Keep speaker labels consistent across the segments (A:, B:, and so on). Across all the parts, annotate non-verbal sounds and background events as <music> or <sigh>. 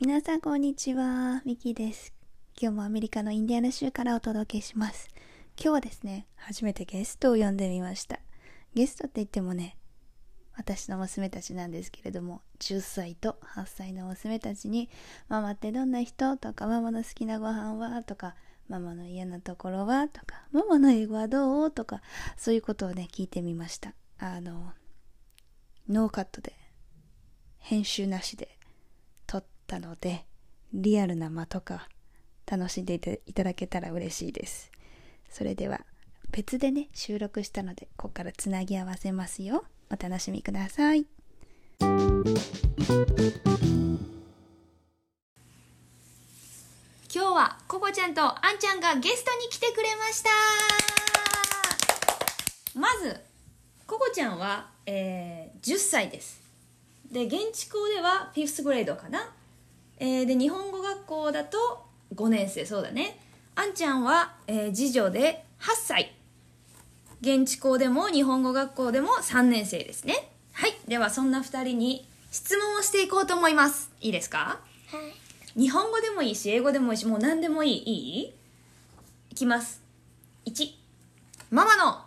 A: 皆さんこんにちはミキです今日もアメリカのインディアナ州からお届けします今日はですね初めてゲストを呼んでみましたゲストって言ってもね私の娘たちなんですけれども10歳と8歳の娘たちに「ママってどんな人?」とか「ママの好きなご飯は?」とか「ママの嫌なところは?」とか「ママの英語はどう?」とかそういうことをね聞いてみましたあのノーカットで編集なしで撮ったのでリアルな間とか楽しんでいていただけたら嬉しいですそれでは別でね収録したのでここからつなぎ合わせますよお楽しみください
B: 今日はココちゃんとあんちゃんがゲストに来てくれましたまずココちゃんは、えー10歳ですで現地校ではフィフスグレードかな、えーで日本語学校だと5年生そうだねあんちゃんは、えー次女で8歳現地校でも日本語学校でも3年生ですねはいではそんな2人に質問をしていこうと思いますいいですか
C: はい。
B: 日本語でもいいし英語でもいいしもう何でもいいいいいきます1ママの好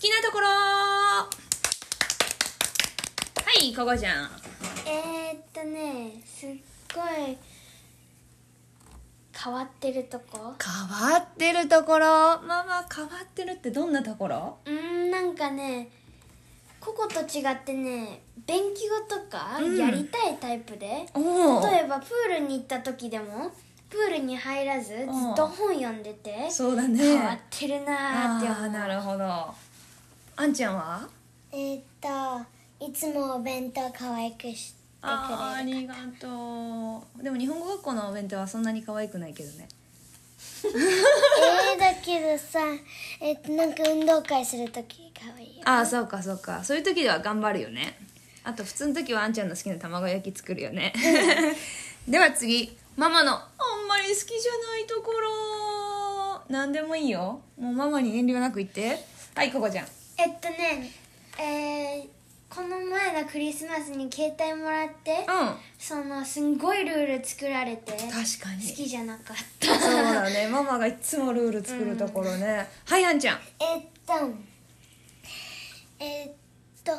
B: きなところはいここちゃん
C: えー、っとね、すっごい変わってるとこ。
B: 変わってるところママ変わってるってどんなところ
C: うーん、なんかね、ココと違ってね、勉強とか
B: うん
C: やりたいタイプで、
B: おお
C: 例えばプールに行った時でも、プールに入らずずっと本読んでて、
B: そうだ
C: 変わっ
B: ね
C: てるなー
B: あ
C: って思
B: あ
C: う。
B: なるほどあんちゃんは
C: えっと、いつもお弁当可愛くして
B: あーありがとうでも日本語学校のお弁当はそんなに可愛くないけどね
C: えー、だけどさ、えっと、なんか運動会するとき可愛いよ。
B: ああそうかそうかそういう時では頑張るよねあと普通の時はあんちゃんの好きな卵焼き作るよねでは次ママのあんまり好きじゃないところ何でもいいよもうママに遠慮なく言ってはいここちゃん
C: えっとねえー、この前のクリスマスに携帯もらって、
B: うん
C: そのすんごいルール作られて好
B: 確かに
C: きじゃなかっ
B: そ
C: た
B: うだねママがいつもルール作るところね、はいあんちゃん
C: えっとえっと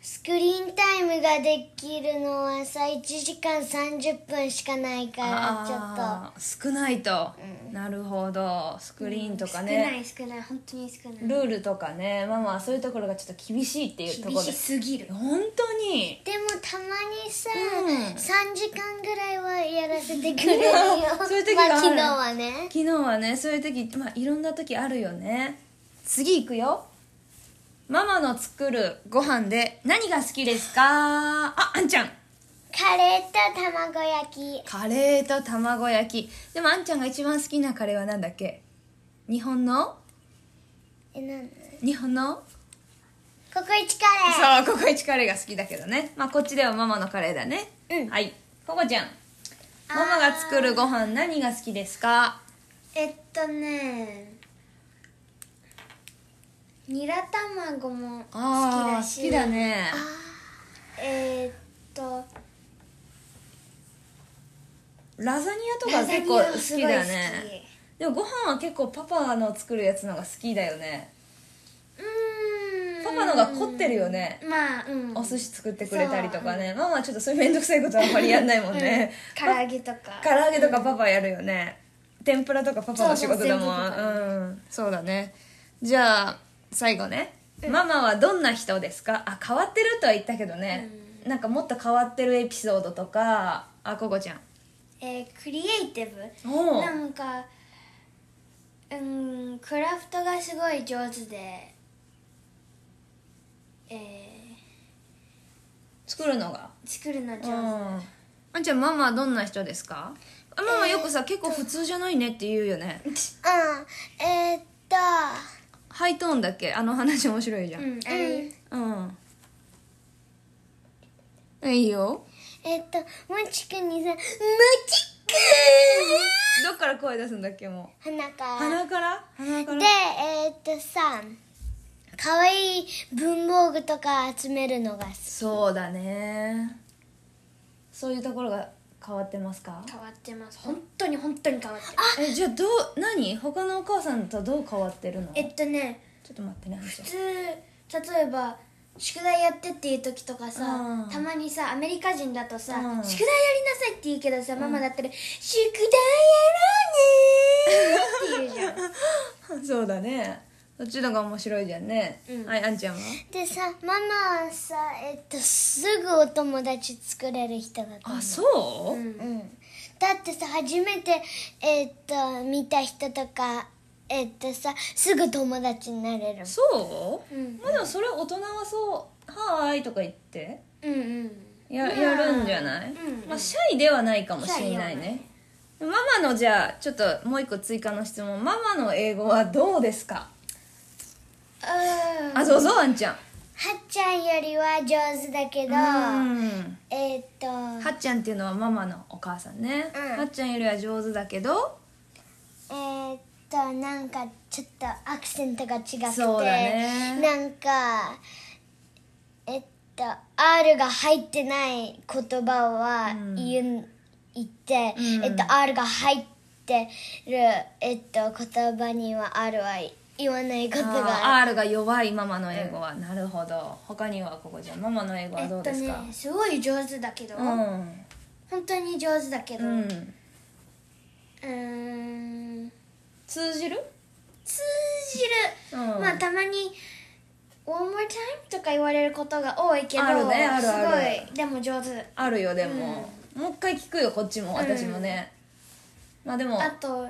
C: スクリーンタイムができるのはさ1時間30分しかないからちょ
B: あー少ないと、なるほどスクリーンと
C: っと少
B: か
C: な
B: ね、
C: い少ない本当に少ない
B: ルールとかねママはそういうところがちょっと厳しいっていうとこ
C: 厳
B: ろ
C: し
B: です
C: ぎる
B: 本当に
C: でもたまにさ、
B: うん
C: 3時間ぐらいはやらせてくれるよ
B: <laughs> そういう時
C: ま
B: がある
C: あ、昨日はね
B: 昨日はねそういう時まあいろんな時あるよね次行くよママの作るご飯で何が好きですかああんちゃん
C: カレーと卵焼き
B: カレーと卵焼きでもあんちゃんが一番好きなカレーは何だっけ日本の
C: えなんだ
B: 日本の
C: ココイチカレー
B: そうココイチカレーが好きだけどねまあこっちではママのカレーだね
C: うん
B: はいココちゃん
C: あー
B: ママが作るご飯何が好きですか
C: えっとねニラ卵も好き
B: あ
C: だ
B: ー
C: し
B: 好きだね
C: えーっと
B: ラザニアと
C: ラ
B: か
C: ザニ
B: 結
C: ア
B: 構
C: も
B: 好
C: すご
B: き
C: い好
B: だ
C: き
B: ねでもご飯は結構パパの作るやつのが好きだよね
C: うーん
B: パパのが凝ってるよね
C: まあうん
B: お寿司作ってくれたりとかねママはちょっとそういう面倒くさいことはあんまりやんないもんね
C: 唐揚げとか
B: 唐揚げとかパパやるよね天ぷらとかパパの仕事だもん
C: そうそう全部パ
B: うんそうだねじゃあ最後ねママはどんな人ですかあ変わってるとは言ったけどねなんかもっと変わってるエピソードとかあここちゃん
C: えークリエイティブ
B: おう
C: なんかうんクラフトがすごい上手でえー
B: 作るのが
C: 作るの上手、
B: あんちゃんママはどんな人ですかあママよくさ、結構普通じゃないねって言うよ <laughs> ね
C: うんえっと
B: ハイトーンだっけあの話面白いじゃん
C: うん、え
B: うん、えいいよ
C: っともちくんにさ「もち
B: どっから声出すんだっけも
C: くん!」鼻か
B: う
C: ら
B: 鼻から鼻から
C: でえーっとさ可愛い文房具とか集めるのが好き
B: そうだねそういうところが変わってますか
D: 変わってます本当に本当に変わってる
B: えじゃあどう何他のお母さんとどう変わってるの
D: えっとね
B: ちょっと待ってね
D: 普通例えば宿題やってっていう時とか
B: う
D: さ
B: ん
D: たまにさアメリカ人だとさ、
B: うん
D: 宿題やりなさいって言うけどさ、ママだったら「宿題やろうねー」って言うじゃん
B: <laughs> そうだねそっちのが面白いじゃんね、
D: うん
B: はいあんちゃんは
C: でさママはさえっとすぐお友達作れる人だと思
B: あそう、
C: う、うん、だってさ初めてえっと見た人とかえっとさすぐ友達になれるもん
B: そう、
D: うん
B: まあでもそれ大人はそう「はーい」とか言って
D: うんうん
B: や,、やるんじゃない、
D: うんうん
B: まあシャイではないかもしれないねママのじゃあちょっともう一個追加の質問ママの英語はどうですか、
D: あ
B: あそうそうあんちゃん
C: はっちゃんよりは上手だけ
B: う
C: ど、
B: ん
C: えっと
B: はっちゃんっていうのはママのお母さんね、
C: うん
B: はっちゃんよりは上手だけど
C: えっとなんかちょっとアクセントが違くて
B: そうだね
C: なんかえっと R が入ってない言葉は言,、う言って、
B: うん
C: えっと R が入ってる、えっと、言葉には R は言わないことがある。
B: あー R が弱いママの英語は、なるほど他にはここじゃんママの英語はどうですか、
D: えっとねすごい上手だけど、本当に上手だけど
B: う、
D: うん
B: うんん、
D: ーん
B: 通じる
D: 通じる、
B: うん
D: まあたまに「One more time」とか言われることが多いけど
B: あるねあるある
D: すごいでも上手
B: あるよでも、もう一回聞くよこっちも私もね、まあでも
D: あと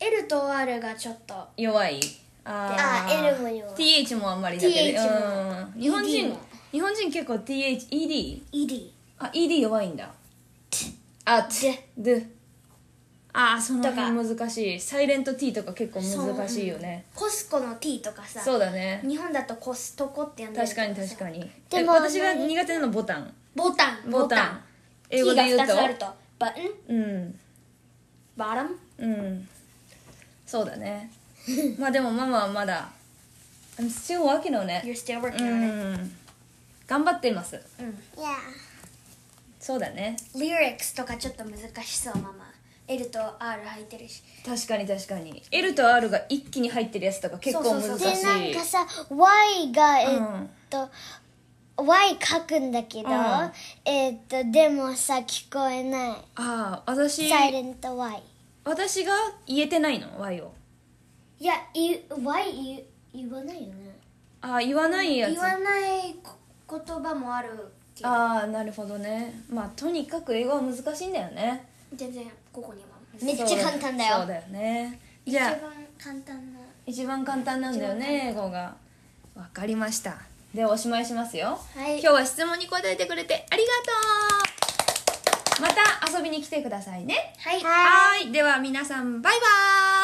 D: L と R がちょっと
B: 弱いあ
C: あ
B: ー
C: L も弱い
B: TH もあんまりだけど
D: TH
B: うん、日本人
D: ED も
B: 日本人結構 THED
D: ED
B: あ ED 弱いんだあつでああその辺難しいサイレント T とか結構難しいよね
D: コスコの T とかさ
B: そうだね
D: 日本だとコストコって呼んでる
B: 確かに確か
D: に
B: に
C: で
B: で
C: も
B: 私が
C: あんまり
B: 苦手なのボタン
D: ボタン
B: ボタン英
D: T
B: 語
D: が
B: で言うと
D: 2つあるとバン
B: うん
D: バラン
B: うんそうだね <laughs> まあでもママはまだ I'm still working on
D: You're
B: it
D: still
B: う
D: working on it
B: ん頑張っています
C: いや
B: そうだね
D: Lyrics とかちょっと難しそうママ L と R 入ってるし
B: 確かに確かに L と R が一気に入ってるやつとか結構
D: そう
B: 難しい
D: そうそう
C: でなんかさ Y がえっ
B: うん
C: と、Y 書くんだけど、
B: うん
C: えっとでもさ聞こえな
B: ああ私
C: いサイレント Y
B: 私が言えてないの Y を
C: いや、い、why 言言わないよね。
B: ああ言わないやつ
D: 言わないこ言葉もあるけど
B: ああなるほどねまあとにかく英語は難しいんだよね
D: 全然ここには
C: めっちゃ簡単だ
B: そう
C: よ。
B: だよね
D: 一
B: じ
D: 番
B: ゃあ
D: 簡単な
B: 一番簡単なんだよね英語がわかりましたではおしまいしますよ、
D: はい
B: 今日は質問に答えてくれてありがとうまた遊びに来てくださいね
D: はい
B: はいでは皆さんバイバーイ